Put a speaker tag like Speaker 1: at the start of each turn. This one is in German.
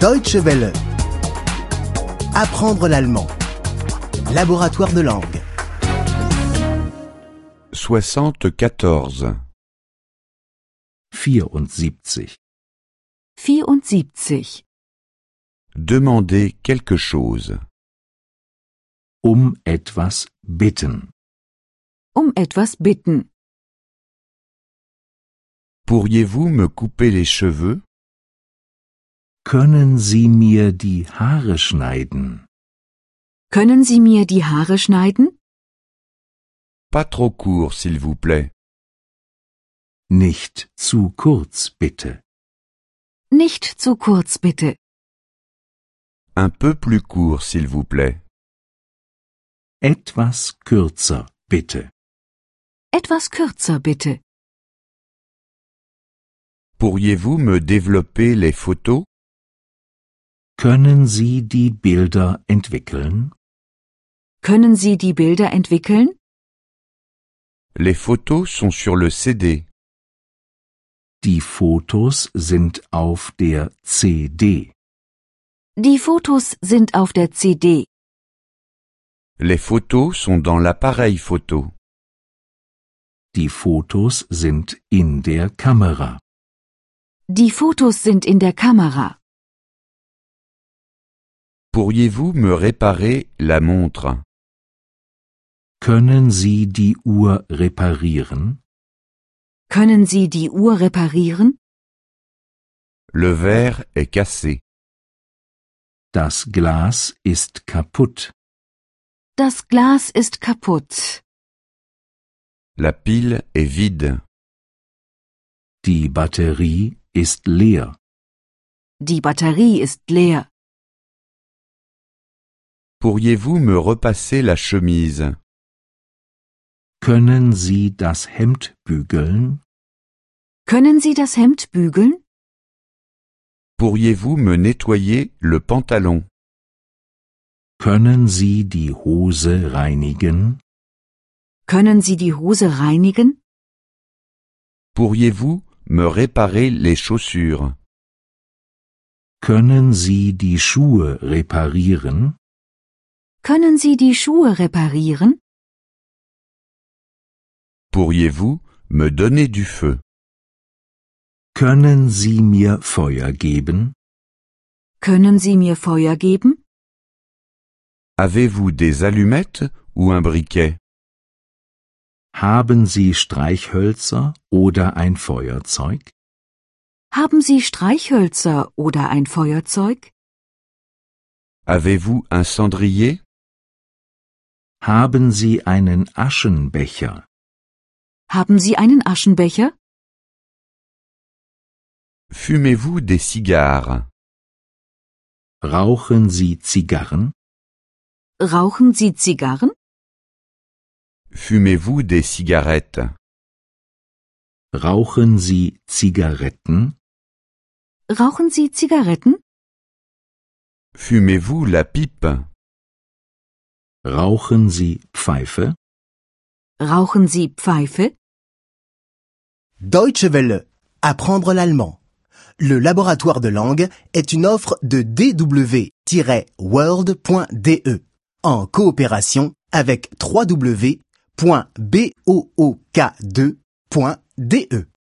Speaker 1: Deutsche Welle. Apprendre l'allemand. Laboratoire de langue.
Speaker 2: 74.
Speaker 3: 74.
Speaker 4: 74.
Speaker 2: Demander quelque chose.
Speaker 3: Um etwas bitten.
Speaker 4: Um etwas bitten.
Speaker 2: Pourriez-vous me couper les cheveux
Speaker 3: Können Sie mir die Haare schneiden?
Speaker 4: Können Sie mir die Haare schneiden?
Speaker 2: Pas trop court, s'il vous plaît.
Speaker 3: Nicht zu kurz, bitte.
Speaker 4: Nicht zu kurz, bitte.
Speaker 2: Un peu plus court, s'il vous plaît.
Speaker 3: Etwas kürzer, bitte.
Speaker 4: Etwas kürzer, bitte.
Speaker 2: Pourriez-vous me développer les photos
Speaker 3: Können Sie die Bilder entwickeln?
Speaker 4: Können Sie die Bilder entwickeln?
Speaker 2: Les photos sont sur le CD.
Speaker 3: Die Fotos sind auf der CD.
Speaker 4: Die Fotos sind auf der CD.
Speaker 2: Les photos sont dans l'appareil photo.
Speaker 3: Die Fotos sind in der Kamera.
Speaker 4: Die Fotos sind in der Kamera.
Speaker 2: Pourriez-vous me réparer la montre
Speaker 3: Können Sie die Uhr reparieren?
Speaker 4: Können Sie die Uhr reparieren?
Speaker 2: Le verre est cassé.
Speaker 3: Das Glas ist kaputt.
Speaker 4: Das Glas ist kaputt.
Speaker 2: La pile est vide.
Speaker 3: Die Batterie ist leer.
Speaker 4: Die Batterie ist leer.
Speaker 2: Pourriez-vous me repasser la chemise
Speaker 3: Können Sie das Hemd bügeln?
Speaker 4: Können Sie das Hemd bügeln?
Speaker 2: Pourriez-vous me nettoyer le pantalon
Speaker 3: Können Sie die Hose reinigen?
Speaker 4: Können Sie die Hose reinigen?
Speaker 2: Pourriez-vous me réparer les chaussures
Speaker 3: Können Sie die Schuhe reparieren?
Speaker 4: Können Sie die Schuhe reparieren?
Speaker 2: Pourriez-vous me donner du feu
Speaker 3: Können Sie mir Feuer geben?
Speaker 4: Können Sie mir Feuer geben?
Speaker 2: Avez-vous des allumettes ou un briquet
Speaker 3: Haben Sie Streichhölzer oder ein Feuerzeug?
Speaker 4: Haben Sie Streichhölzer oder ein Feuerzeug?
Speaker 2: Avez-vous un cendrier
Speaker 3: Haben Sie einen Aschenbecher?
Speaker 4: Haben Sie einen Aschenbecher?
Speaker 2: Fumez-vous des cigares
Speaker 3: Rauchen Sie Zigarren?
Speaker 4: Rauchen Sie Zigarren?
Speaker 2: Fumez-vous des cigarettes
Speaker 3: Rauchen Sie Zigaretten?
Speaker 4: Rauchen Sie Zigaretten?
Speaker 2: Fumez-vous la pipe
Speaker 3: Rauchen Sie Pfeife?
Speaker 4: Rauchen Sie Pfeife?
Speaker 1: Deutsche Welle. Apprendre l'allemand. Le laboratoire de langue est une offre de dw-world.de E en coopération avec www.book2.de.